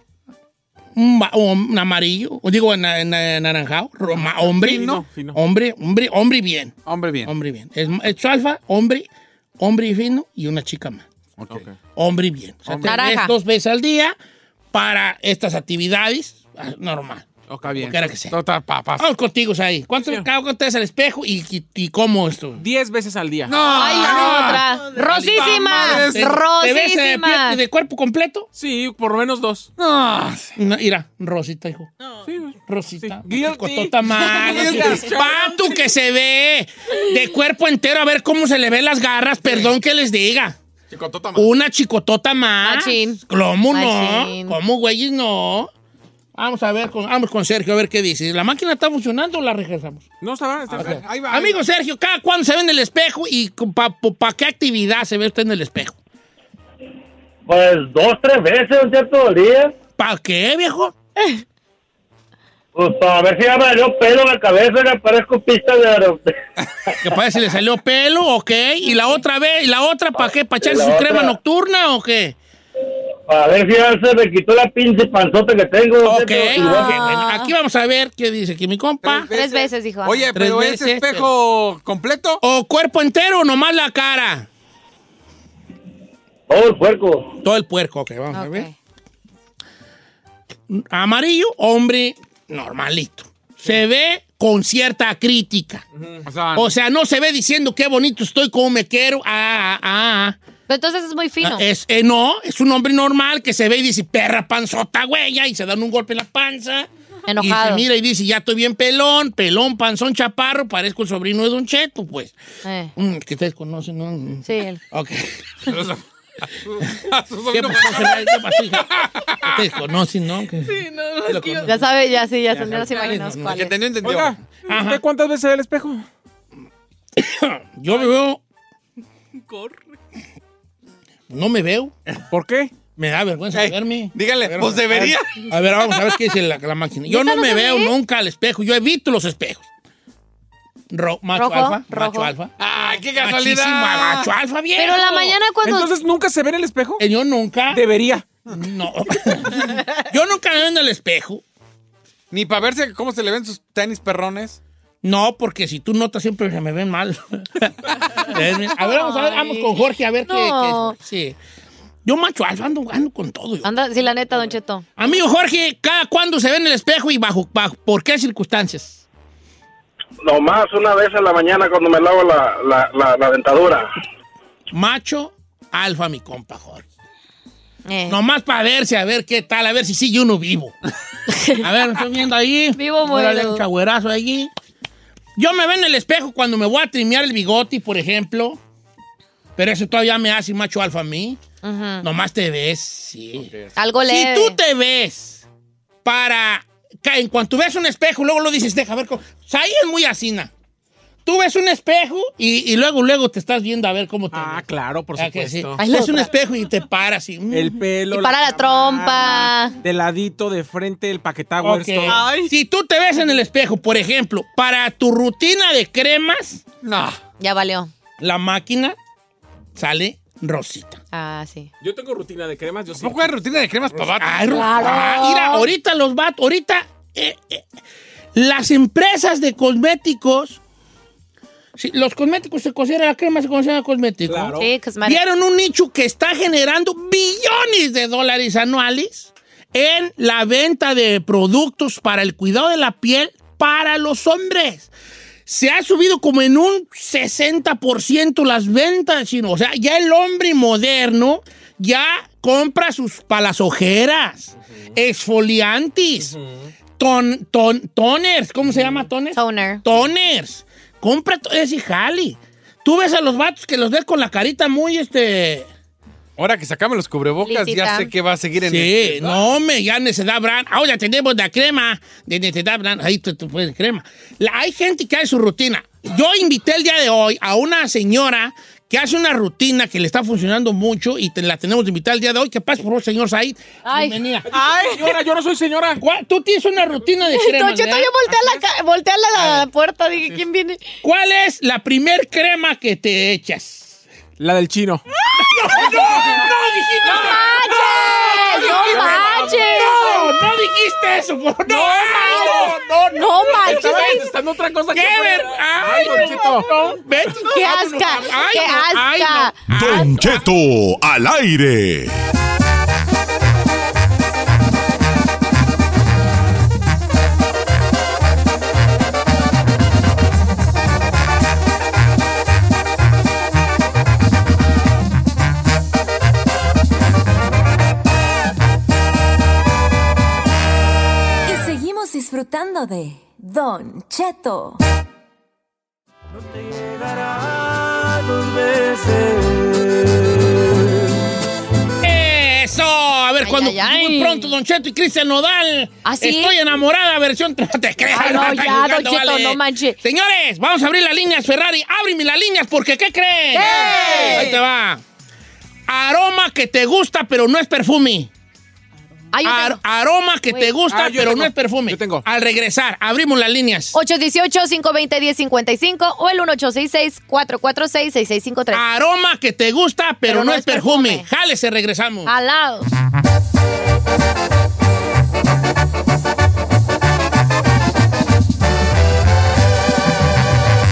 Un, ba- un amarillo, o digo na- na- naranjado, roma- hombre,
Fino, fino.
hombre, hombre, hombre bien,
Hombre, bien.
hombre bien. Es, es alfa, hombre, hombre fino y una chica más.
Ok.
Hombre bien. O sea, te
Naranja.
ves dos veces al día para estas actividades ah, normal.
Está bien. Ah.
Cualquiera que sea.
Total, papas.
Vamos contigo, ahí. ¿Cuánto le cago con ustedes al espejo y, y, y cómo esto?
Diez veces al día.
No,
Ay, la
no.
otra. Rosísima,
Madre, ¿te- te ves, eh,
rosísima.
pie- ¿De cuerpo completo?
Sí, por lo menos dos.
No, Ah, no, mira, Rosita, hijo. Rosita. Cotota mal.
Guilty.
Pato que se ve de cuerpo entero, a ver cómo se le ven las garras, perdón que les diga.
Chicotota
más.
Una chicotota más.
Machín.
¿Cómo
Machín.
no? ¿Cómo, güeyes, no? Vamos a ver, con, vamos con Sergio a ver qué dice. ¿La máquina está funcionando o la regresamos?
No está mal, está mal. Ahí va.
Amigo Sergio, ¿cada cuándo se ve en el espejo y para qué actividad se ve usted en el espejo?
Pues dos, tres veces, un cierto día.
¿Para qué, viejo?
Pues para ver si ya me salió pelo en la cabeza y le parezco pista de aero-
Que parece que le salió pelo, ok. ¿Y la otra vez? ¿Y la otra para qué? ¿Para echarse
La
su
otra.
crema nocturna o qué?
Para ver si ya se me quitó la pinche panzota que tengo.
Ok,
Cheto.
ok, bueno, aquí vamos a ver qué dice aquí mi compa.
Tres veces, dijo.
Tres
Oye, pero es
veces,
espejo completo.
¿O cuerpo entero o nomás la cara?
Todo el puerco.
Todo el puerco, ok,
Ah,
vamos a ver. Amarillo, hombre normalito. Se ve con cierta crítica.
O sea,
O sea, no se ve diciendo qué bonito estoy, cómo me quiero. Ah, ah, ah.
Pero entonces es muy fino.
Es, eh, no, es un hombre normal que se ve y dice, perra panzota, güey, ya", y se dan un golpe en la panza. Y se
Enojado.
mira y dice, ya estoy bien pelón, pelón, panzón, chaparro, parezco el sobrino de Don Cheto, pues.
Eh,
Mm, que ustedes conocen, ¿no? Mm.
Sí, él.
Ok.
a sus
¿Qué
oídos.
pasó, Ferrari? ¿Qué pasó, hija? Ustedes conocen, ¿no? Que-
no, es que yo-
Ya sabe, ya sí, ya, se- ya
sabe,
nos imaginamos
no,
cuál
Que
es.
entendió, entendió.
Oiga,
Ajá.
¿usted cuántas veces se ve el espejo?
Yo me veo,
Corre.
no me veo.
¿Por qué?
Me da vergüenza
Ey,
verme.
dígale,
A ver,
pues,
a ver,
debería.
A ver, vamos a ver qué dice la, la máquina. Yo
¿Neta
no
no
me
se
veo
ve?
nunca al espejo. Yo evito los espejos. Ro- macho
Rojo,
alfa, macho
rojo.
alfa.
¡Ah, qué
Machísimo,
casualidad! Eh,
macho alfa, bien.
Pero en la mañana cuando...
Entonces nunca se ve en el espejo.
Yo nunca.
Debería.
No. Yo nunca me veo en el espejo.
Ni para verse cómo se le ven sus tenis perrones.
No, porque si tú notas siempre se me ven mal. a ver, vamos a ver, vamos con Jorge a ver qué-
No.
qué, sí. Yo macho alfa ando, ando con todo. yo.
Anda, sí, la neta, Don Cheto.
Amigo Jorge, ¿cada cuándo se ve en el espejo y bajo, bajo por qué circunstancias?
Nomás una vez en la mañana cuando me lavo la, la, la, la dentadura.
Macho alfa, mi compa Jorge.
Eh.
Nomás para verse, a ver qué tal, a ver si sigue uno vivo. A ver, me estoy viendo ahí.
Vivo muero.
Órale, un chagüerazo allí. Yo me veo en el espejo cuando me voy a trimear el bigote, por ejemplo. Pero eso todavía me hace macho alfa a mí.
Ujú.
Nomás te ves, sí.
Algo leve.
Si tú te ves para... ca- En cuanto ves un espejo, luego lo dices, deja ver cómo... o sea, ahí es muy asina. Tú ves un espejo y, y luego, luego te estás viendo a ver cómo te
Ah,
ves.
claro, por
Ah, que sí.
supuesto.
Ay,
Ves
otra.
un espejo y te paras y... mm,
El pelo.
Y para la
chamarra,
trompa.
De ladito, de frente, el paquetagua.
Ok. Si tú te ves en el espejo, por ejemplo, para tu rutina de cremas,
No.
Ya valió.
la máquina sale rosita.
Ah, sí.
Yo tengo rutina de cremas, yo sí.
¿Tampoco hay rutina de cremas para vatos?
Ay, ro- Ah, mira, ahorita los vatos, ahorita eh, eh, las empresas de cosméticos, sí, los cosméticos se consideran la crema, se considera cosmético.
Claro.
Sí, pues, cosméticos.
Vieron un nicho que está generando billones de dólares anuales en la venta de productos para el cuidado de la piel para los hombres. Se ha subido como en un 60% las ventas, chino. O sea, ya el hombre moderno ya compra sus para las ojeras, exfoliantes, ton, ton- toners, ¿cómo se llama toners?
Toner.
toners. Compra to- ese jali. Tú ves a los vatos que los ves con la carita muy este.
Ahora que sacamos los cubrebocas, ya
Lisita.
sé que va a seguir en
Sí,
el-
no, me ya necesidad brand. Ahora tenemos la crema de necesidad brand. Ahí tú, tú puedes crema. La- hay gente que hace su rutina. Yo invité el día de hoy a una señora que hace una rutina que le está funcionando mucho y te, la tenemos invitada el día de hoy. Que pase por favor, señor Said.
Ay. Ah.
Bienvenida.
Ay, señora, yo no soy señora.
¿Cuál- Tú tienes una rutina de crema.
Don Cheto,
¿verdad?
yo volteé a la, ca- volteé a la- la puerta. Dije, ¿quién viene?
¿Cuál es la primer crema que te echas?
La del chino.
¡No dijiste eso!
¡Manches! ¡No manches!
¡No! ¡No dijiste eso! por- ¡No! ¡No! ¡No! no,
¡No
Estaba
manches!
contestando otra cosa.
¡Qué
que no
ver!
era.
¡Ay,
Don Cheto.
no, no! Vete,
¡Qué
vámonos.
asca!
Ay,
¡Qué
no, ay,
asca!
no.
Don Cheto al aire.
disfrutando de Don Cheto.
Dos veces.
Eso, a ver, cuando muy pronto Don Cheto y Cristian Nodal.
¿Ah, sí?
Estoy enamorada, versión. No te creas,
Ay, no,
estoy
ya,
jugando,
Don Cheto, no manches.
Señores, vamos a abrir las líneas Ferrari. Ábreme las líneas porque ¿qué creen? Ahí te va. Aroma que te gusta, pero no es perfume. Ar- aroma que te gusta,
Ah, yo
pero
tengo,
no es perfume. Yo tengo. Al regresar, abrimos las líneas.
818-520-1055 o el 1866-446-6653.
Aroma que te gusta, pero, no, es perfume. Jálese, regresamos.
Alados.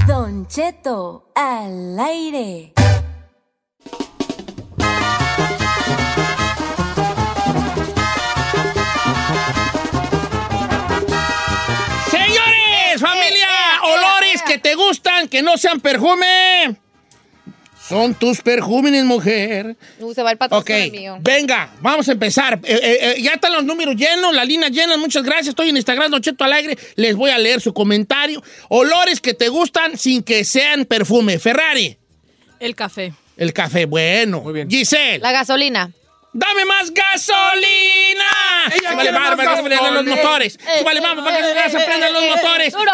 Don Cheto al aire.
Eh,
Señores, familia, olores que te gustan, que no sean perfume. Son tus perfúmenes, mujer.
Uh, se va el
Ok,
patrocinio mío.
venga, vamos a empezar. Eh, eh, eh, ya están los números llenos, las líneas llenas. Muchas gracias. Estoy en Instagram, Don Cheto Alegre. Les voy a leer su comentario. Olores que te gustan sin que sean perfume. Ferrari,
El café.
el café, bueno. Muy bien. Giselle.
La gasolina.
¡Dame más gasolina!
Ella
¡Súbale,
quiere más
Bárbara, que se prendan los
gasolina.
motores!
Eh,
¡Súbale,
eh,
vamos, para
eh,
que se
eh,
prendan los
eh, eh,
motores!
duro.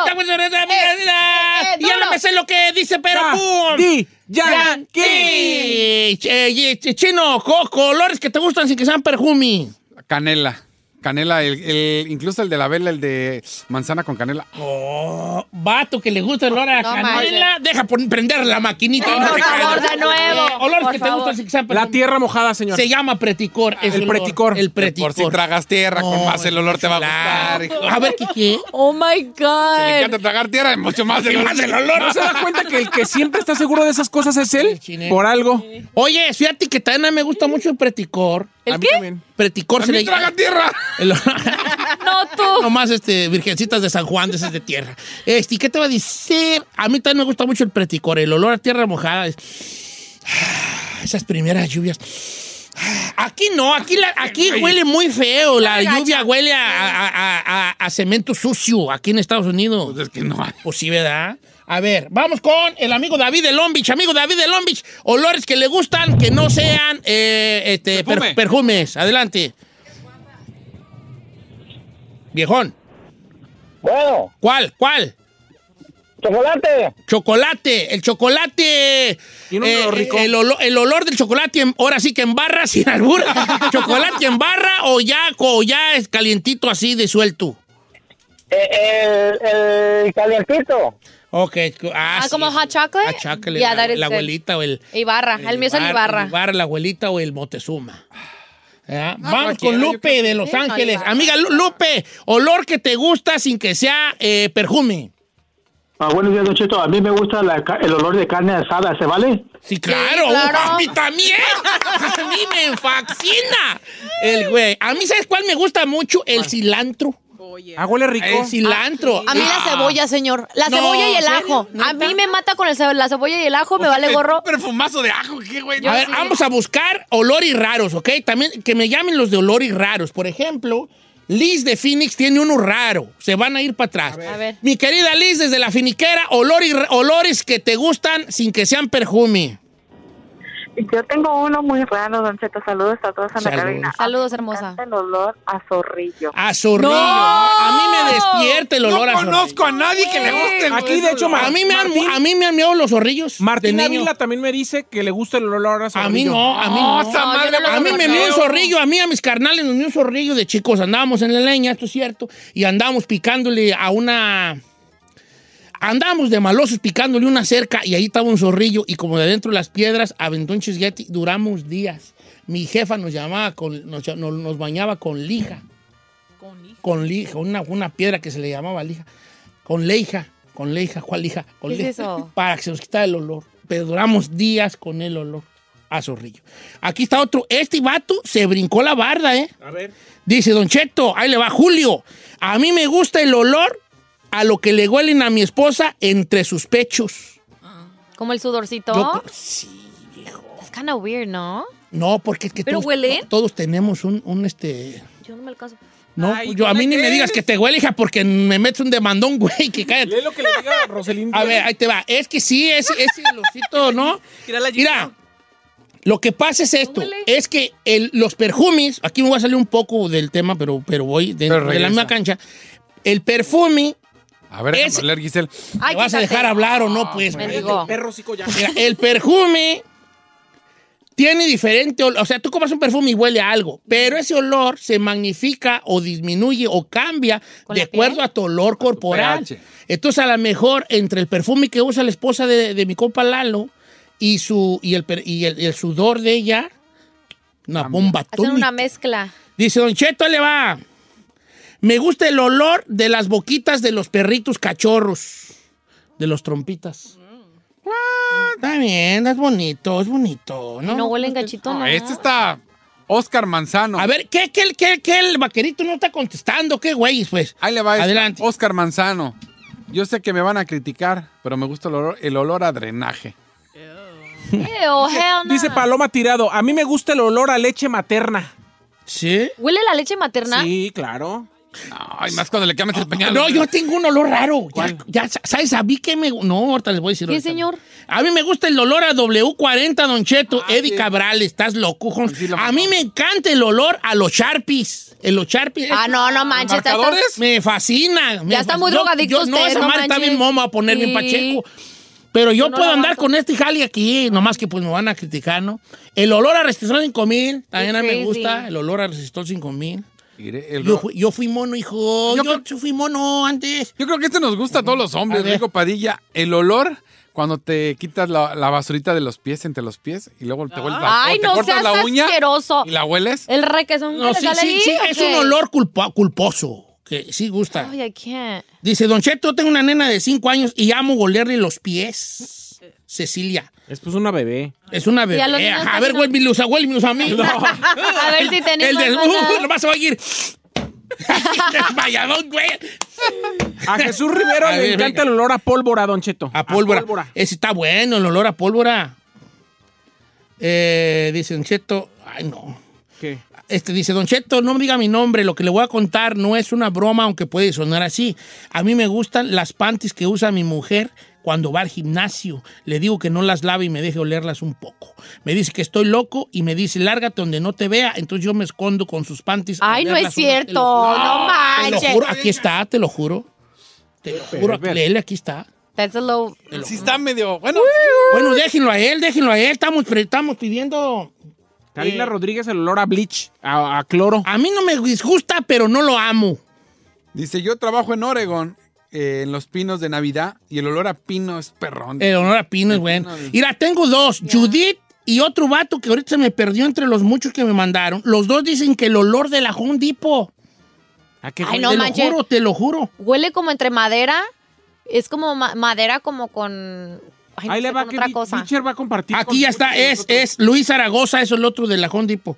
¡Ya no me sé lo que dice, pero
Ya,
pum!
di, yanqui.
Eh, eh, eh, Chino, co- colores que te gustan sin que sean perjumi.
Canela. Canela, el, el- incluso el de la vela, el de manzana con canela.
Oh, vato que le gusta el olor a
No
canela.
manches.
Deja pon- prender la maquinita.
Por
no te
favor,
caigas.
de nuevo,
Eh, olores
por
que te
favor.
gustan sin que sean
La tierra mojada, señor.
Se llama
Ah,
preticor. es
el
olor.
preticor.
El preticor.
Por si tragas tierra, con más el olor te va a gustar. hijo.
A ver, ¿qué- ¿qué?
Oh my God.
Me encanta tragar tierra, y mucho más el olor.
¿No se da cuenta que el que siempre está seguro de esas cosas es él? Por algo.
Oye, fíjate que también me gusta mucho el preticor.
¿El
a mí también. Preticor
A
se
mí
le
traga
tierra!
no tú.
Nomás este, virgencitas de San Juan, de esas de tierra. Este, ¿y ¿qué te va a decir? A mí también me gusta mucho el preticor, el olor a tierra mojada. es- Esas primeras lluvias. Aquí no, aquí, la- aquí huele muy feo. La lluvia huele a, a- a- a- a cemento sucio aquí en Estados Unidos. Pues
es que no
Pues sí, ¿verdad? A ver, vamos con el amigo David de Long Beach. Amigo David de Long Beach, olores que le gustan, que no sean eh, este, per-
Perfume.
perfumes. Adelante. Viejón.
Bueno.
¿Cuál? ¿Cuál?
Chocolate.
Chocolate. El chocolate. eh, El, olor, el olor del chocolate, en- ahora sí que en barra, sin albur. chocolate en barra o ya, o ya es calientito así de suelto.
El, el calientito.
Ok. Ah,
Ah,
sí,
como hot chocolate.
ah, chácale,
Yeah,
la,
that is
la
it.
abuelita o el...
este Ibarra. El mío es el Ibarra.
Ibarra, la abuelita o el Montezuma. ¿Ya?
Ah, No,
Vamos
cualquiera,
con
yo
Lupe de Los
Sí, no,
Ángeles.
Ibarra.
Amiga Lu- Lupe, olor que te gusta sin que sea eh, perfume.
Ah, buenos días, Don Cheto. A mí me gusta la ca- el olor de carne asada, ¿se vale?
Sí, Claro, a mí también. A mí me fascina el güey. A mí, ¿sabes cuál me gusta mucho? El cilantro.
Ah, huele rico.
El cilantro.
A mí la cebolla, señor. La
Ah. No,
cebolla y el
¿serio?
ajo. A mí me mata con el ce- la cebolla y el ajo, me vale gorro.
Perfumazo de ajo, qué güey.
A ver, vamos a buscar olores raros, ¿ok? También que me llamen los de olores raros. Por ejemplo, Liz de Phoenix tiene uno raro. Se van a ir para atrás.
A ver.
Mi querida Liz, desde la finiquera, olor y- olores que te gustan sin que sean perfume.
Yo tengo uno muy raro, Don Cheto. Saludos a todos en
Saludos.
la cabina.
Saludos, hermosa.
El olor a zorrillo.
Ah,
A zorrillo.
No.
A mí me despierta el
No
olor a zorrillo.
conozco a nadie que le guste, güey,
Aquí, de hecho,
a mí me han, a mí me han miado los zorrillos.
Martín
de niño.
Ávila también me dice que le gusta el olor a
A mí no, a mí no. a mí me dio un zorrillo, a mí a mis carnales nos dio un zorrillo de chicos. Andábamos en la leña, esto es cierto, y andábamos picándole a una... Andábamos de malosos picándole una cerca y ahí estaba un zorrillo y como de adentro de las piedras aventó un chisguete. Duramos días. Mi jefa nos llamaba, con, nos, nos- nos bañaba con lija. Con lija, una, una piedra que se le llamaba lija. Con leija, con leija, ¿cuál lija? Con
¿Qué es
leija.
eso?
Para que se nos quitara el olor. Pero duramos días con el olor a zorrillo. Aquí está otro. Este vato se brincó la barda, ¿eh?
A ver.
Dice Don Cheto, ahí le va Julio. A mí me gusta el olor a lo que le huelen a mi esposa entre sus pechos.
Como el sudorcito.
Yo-
sí, viejo. Es kind of weird, ¿no?
No, porque es que
¿Pero
todos,
huelen?
todos tenemos un, un, este,
Yo no me alcanzo.
No, pues yo, a mí ni me digas que te huele, hija, porque me metes un demandón, güey, que cállate.
lo que le diga Roselín.
A ver, ahí te va. Es que sí, ese, ese losito, ¿no? Mira, lo que pasa es esto. Es que el- los perfumes, aquí me voy a salir un poco del tema, pero, pero voy dentro de la
regresa.
misma cancha. El perfume...
A ver, déjame hablar, Giselle.
¿Me vas a dejar hablar o no? Pues,
hombre.
güey?
Mendigo.
Perro hocico ya.
Mira, el perfume tiene diferente olor. O sea, tú compras un perfume y huele a algo, pero ese olor se magnifica o disminuye o cambia de acuerdo a tu olor corporal.
pH.
Entonces, a lo mejor entre el perfume que usa la esposa de, de mi compa Lalo y, su, y, el, per- y el- el sudor de ella, una bomba
Hacen
atómica.
una mezcla.
Dice, Don Cheto, ahí le va. Me gusta el olor de las boquitas de los perritos cachorros. De los trompitas. Ah, Está bien, es bonito, es bonito. No,
No huelen gachito,
No,
no.
este
está Oscar Manzano.
A ver, ¿qué, qué, qué, qué el vaquerito no está contestando? ¿Qué güeyes, pues?
Ahí le va. esta.
Adelante.
Oscar Manzano. Yo sé que me van a criticar, pero me gusta el olor, el olor a drenaje.
Ew, hell no.
Dice Paloma Tirado, a mí me gusta el olor a leche materna.
¿Sí?
¿Huele la leche materna?
Sí, claro.
Ay, más cuando le cambias el peñal.
No, yo tengo un olor raro. Ya, ya, ¿sabes? A mí que me... No, ahorita les voy a decir.
¿Qué,
ahorita.
señor?
A mí me gusta el olor a W40, Don Cheto. Eddie Cabral, estás loco, Jon. A mí me encanta el olor a los Sharpies. El los Sharpies.
Ah, no, no manches, está- ¿Marcadores?
Me fascina. me
Ya está
fascina.
muy
Yo-
drogadicto
yo- No,
usted,
esa
no
madre está
manches.
bien momo a poner bien
Sí.
pacheco. Pero yo
Yo no
puedo
la
andar
aguanto.
con este jale aquí, nomás que pues me van a criticar, ¿no? El olor a Resistol 5000, también a mí me
crazy.
gusta. El olor a Resistol 5000.
Mire, el
Yo,
olor-
fui- yo fui mono, hijo. Yo, fui mono antes.
Yo creo que este nos gusta a todos los hombres, Rico Padilla. El olor cuando te quitas la, la basurita de los pies entre los pies y luego te, vuelves
Ay, no
cortas
seas
la uña
asqueroso.
y la hueles.
El requesón
No,
que
sí,
le sale
sí,
ahí,
sí,
¿o
es
qué?
un olor culpa- culposo. Que sí gusta.
Ay, I can't.
Dice, Don Cheto, tengo una nena de 5 años y amo golearle los pies. Cecilia.
Es pues una bebé.
Es una
Y a los
bebé.
niños
Ajá, A
casi
ver,
no-
huélmilos, a huélmilos a mí.
A ver si tenemos
El del...
ganas.
Uh, nomás se va a ir. Desmayadón, güey.
A Jesús Rivero
A
le
ver,
encanta el olor a pólvora, Don Cheto.
A pólvora. Eh, Ese está bueno, el olor a pólvora. Eh, dice Don Cheto, ay no.
¿Qué?
Este dice, Don Cheto, no me diga mi nombre, lo que le voy a contar no es una broma, aunque puede sonar así. A mí me gustan las panties que usa mi mujer cuando va al gimnasio. Le digo que no las lave y me deje olerlas un poco. Me dice que estoy loco y me dice, lárgate donde no te vea. Entonces yo me escondo con sus panties. a
Ay, no
olerlas
es
una-
cierto.
te lo-
No
Te lo
manches.
juro, aquí está, te lo juro. Te lo juro, léele, aquí está.
That's a low.
Sí está medio... Bueno,
Bueno, déjenlo a él, déjenlo a él. Estamos, pre- estamos pidiendo.
Karina Rodríguez, el olor a bleach, a, a cloro.
A mí no me disgusta, pero no lo amo.
Dice, yo trabajo en Oregon, eh, en los pinos de Navidad, y el olor a pino es perrón.
El honor a Pino es bueno.
Pino,
Mira, tengo dos, Judith y otro vato que ahorita se me perdió entre los muchos que me mandaron. Los dos dicen que el olor de la Home Depot.
Ay, no
te
manches.
lo juro, te lo juro.
Huele como entre madera. Es como ma- madera como con... Ay, no
Ahí le
sé,
va
con
que
otra
Bi-
cosa.
Bicher va a compartir.
Aquí ya está, es, es Luis Zaragoza, es el otro de la Home Depot.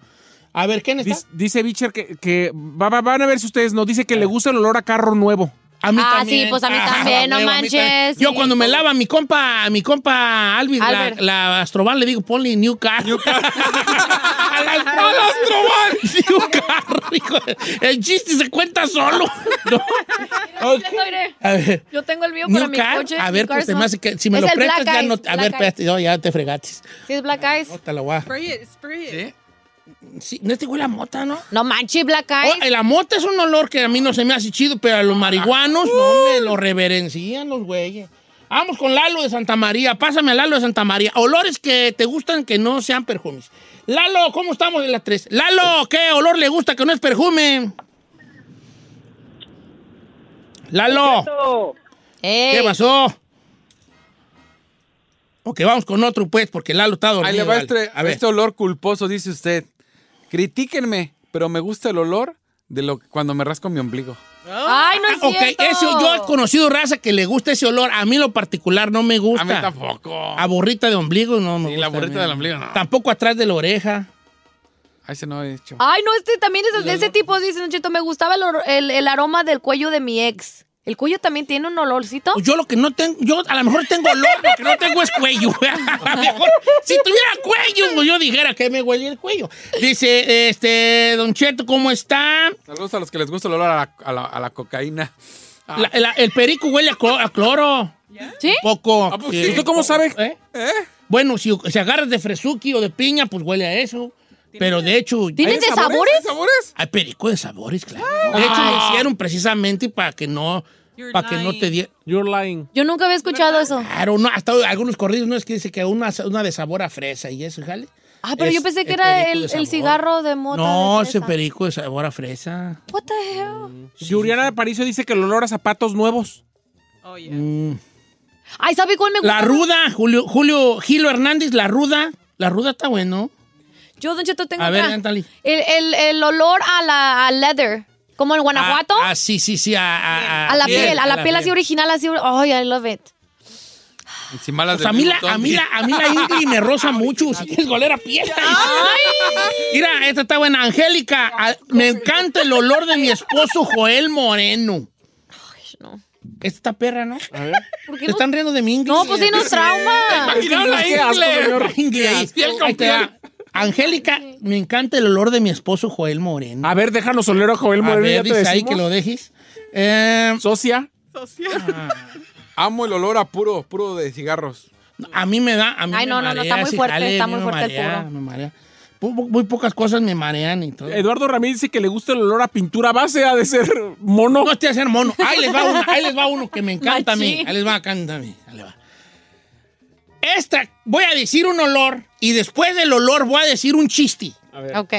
A ver, ¿quién está?
Dice, Bicher que, que va- va- van a ver si ustedes no. Dice que le gusta el olor a carro nuevo.
A mí
Ah,
también.
sí, pues a mí
Ah,
también, no
huevo, a mí también.
manches,
Yo
sí.
cuando me lava mi compa, mi compa Alvis, la,
Albert.
la Astroban, le digo, ponle New Car. ¡A la, a la Astrovan! New Car, hijo de- El chiste se cuenta solo. No. Ok. A ver.
Yo tengo el mío para
New
mi
Car,
coche.
a
mi
ver,
car
pues te me
son-
hace que si me
Es
lo
el
prestas
Black
ya
Eyes,
no, a
Black
ver,
Eyes.
espérate, no, ya te fregates.
Sí, es Black Eyes.
No te la voy a-
Spray it, spray it.
Sí, no te huele a mota, ¿no?
No manches, Black Eyes.
Oh, la mota es un olor que a mí no se me hace chido, pero a los marihuanos no me lo reverencian los güeyes. Vamos con Lalo de Santa María. Pásame a Lalo de Santa María. Olores que te gustan que no sean perfumes. Lalo, ¿cómo estamos en las tres? Lalo, ¿qué olor le gusta que no es perfume? Lalo, eh, ¿qué
Ey.
pasó? Ok, vamos con otro, pues, porque Lalo está dormido.
Ahí le va
vale.
este,
a ver.
este olor culposo, dice usted. Critíquenme, pero me gusta el olor de lo cuando me rasco mi ombligo.
Ay, no es
Ah, Ok,
cierto.
eso, yo he conocido raza que le gusta ese olor. A mí en lo particular no me gusta.
A mí tampoco.
A borrita de ombligo no me
Y
gusta.
la
a
burrita
mí.
del ombligo, no.
Tampoco atrás de la oreja.
Ahí se no he hecho.
Ay, no, este también es de ese tipo. Dice, Don Cheto, me gustaba el, or- el- el aroma del cuello de mi ex. El cuello también tiene un olorcito.
Yo lo que no tengo, yo a lo mejor tengo olor, lo que no tengo es cuello. A lo mejor, si tuviera cuello, pues, yo dijera que me huele el cuello. Dice, este, Don Cheto, ¿cómo está?
Saludos a los que les gusta el olor a la, a la- a la cocaína. Ah.
La- la- el perico huele a, clo- a cloro.
¿Sí?
Poco.
pues sí. ¿Usted cómo
sabe?
¿Eh?
¿eh? Bueno, si se agarras de fresuki o de piña, pues huele a eso. Pero de hecho...
¿Tienen de sabores? ¿Hay
sabores?
Hay perico de sabores, claro. De hecho, lo hicieron precisamente para que no... Para que no te diera...
You're lying.
Yo nunca había escuchado eso.
Claro, no, hasta algunos corridos no es que dice que una, una de sabor a fresa y eso, jale.
Ah, pero
Es
yo pensé que
el
era
perico
el,
de
el
sabor.
cigarro de mota.
No,
de
ese
fresa.
perico de sabor a fresa.
What the hell?
Yuriana de Paricio dice que el olor a zapatos nuevos.
Mm.
Ay, ¿sabe cuál me gusta?
La ruda, Julio, Julio Gilo Hernández, la ruda. La ruda está bueno.
Yo, Don Cheto, tengo
A ver,
otra.
Natalie.
El, el- el olor a la a leather. Como el Guanajuato.
Ah, sí, sí, Ah, sí. A, a-
A, la piel, a la, piel, así original, así. Ay, I love it.
Encima las
Pues a, mí la, a, mí la, a mí la Ingrid me roza mucho. Si quieres oler a piel. Mira, esta está buena. Angélica, a- me encanta el olor de mi esposo Joel Moreno. Esta está perra, ¿no? A ver.
¿Por
¿Te
qué no?
están riendo de mi Ingrid?
No, pues sí nos trauma.
Imaginaron la
Qué asco,
Ingrid.
señor.
Ingrid.
Piel con
Ahí te
piel.
va. Angélica, me encanta el olor de mi esposo Joel Moreno.
Ah,
A ver, déjanos oler a Joel
A
Moreno.
ver,
ya te
dice ahí
decimos.
que lo dejes. Eh,
Socia.
Amo el olor a puro, puro de cigarros.
A mí me da. A mí
Ay,
me
no, no, no, está
marea
muy
ese
fuerte,
jale,
está
a mí
muy
me
fuerte el
marea,
puro.
me marea. Po- po- Muy pocas cosas me marean y todo.
Eduardo Ramírez dice que le gusta el olor a pintura base, ha de ser mono.
No te hacer mono. Ahí les va uno, ahí les va uno que me encanta a mí.
Machín.
Ahí les va, cántame. Ahí les va. Esta, voy a decir un olor y después del olor voy a decir un chiste.
Ok,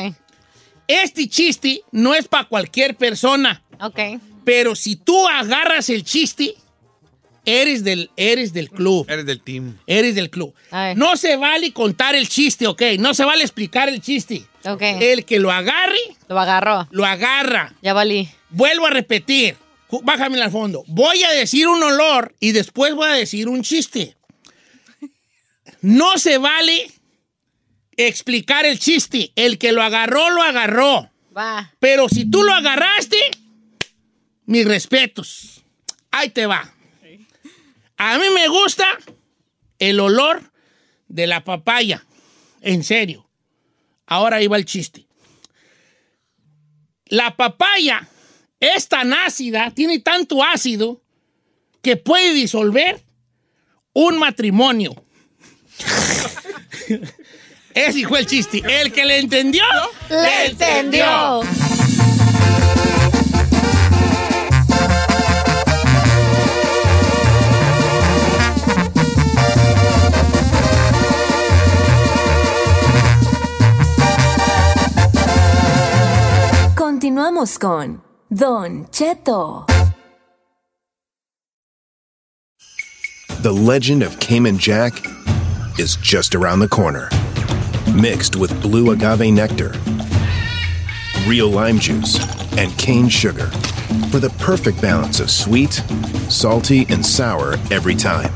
Este chiste no es para cualquier persona,
ok.
pero si tú agarras el chiste, eres del, eres del club.
Eres del team.
Eres del club. No se vale contar el chiste, ¿ok? No se vale explicar el chiste.
Ok.
El que lo agarre.
Lo agarró.
Lo agarra.
Ya valí.
Vuelvo a repetir. Ju- Bájame al fondo. Voy a decir un olor y después voy a decir un chiste. No se vale explicar el chiste. El que lo agarró, lo agarró.
Va.
Pero si tú lo agarraste, mis respetos. Ahí te va. A mí me gusta el olor de la papaya. En serio. Ahora ahí va el chiste. La papaya es tan ácida, tiene tanto ácido, que puede disolver un matrimonio. Ese fue el chiste. El que le entendió,
¡Le entendió!
Continuamos con Don Cheto.
The legend of Cayman Jack is just around the corner. Mixed with blue agave nectar, real lime juice, and cane sugar for the perfect balance of sweet, salty, and sour every time.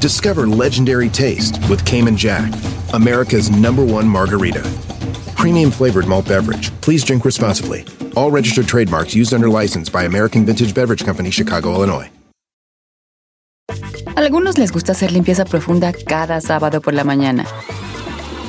Discover legendary taste with Cayman Jack, America's number one margarita. Premium flavored malt beverage. Please drink responsibly. All registered trademarks used under license by American Vintage Beverage Company, Chicago, Illinois.
Algunos les gusta hacer limpieza profunda cada sábado por la mañana.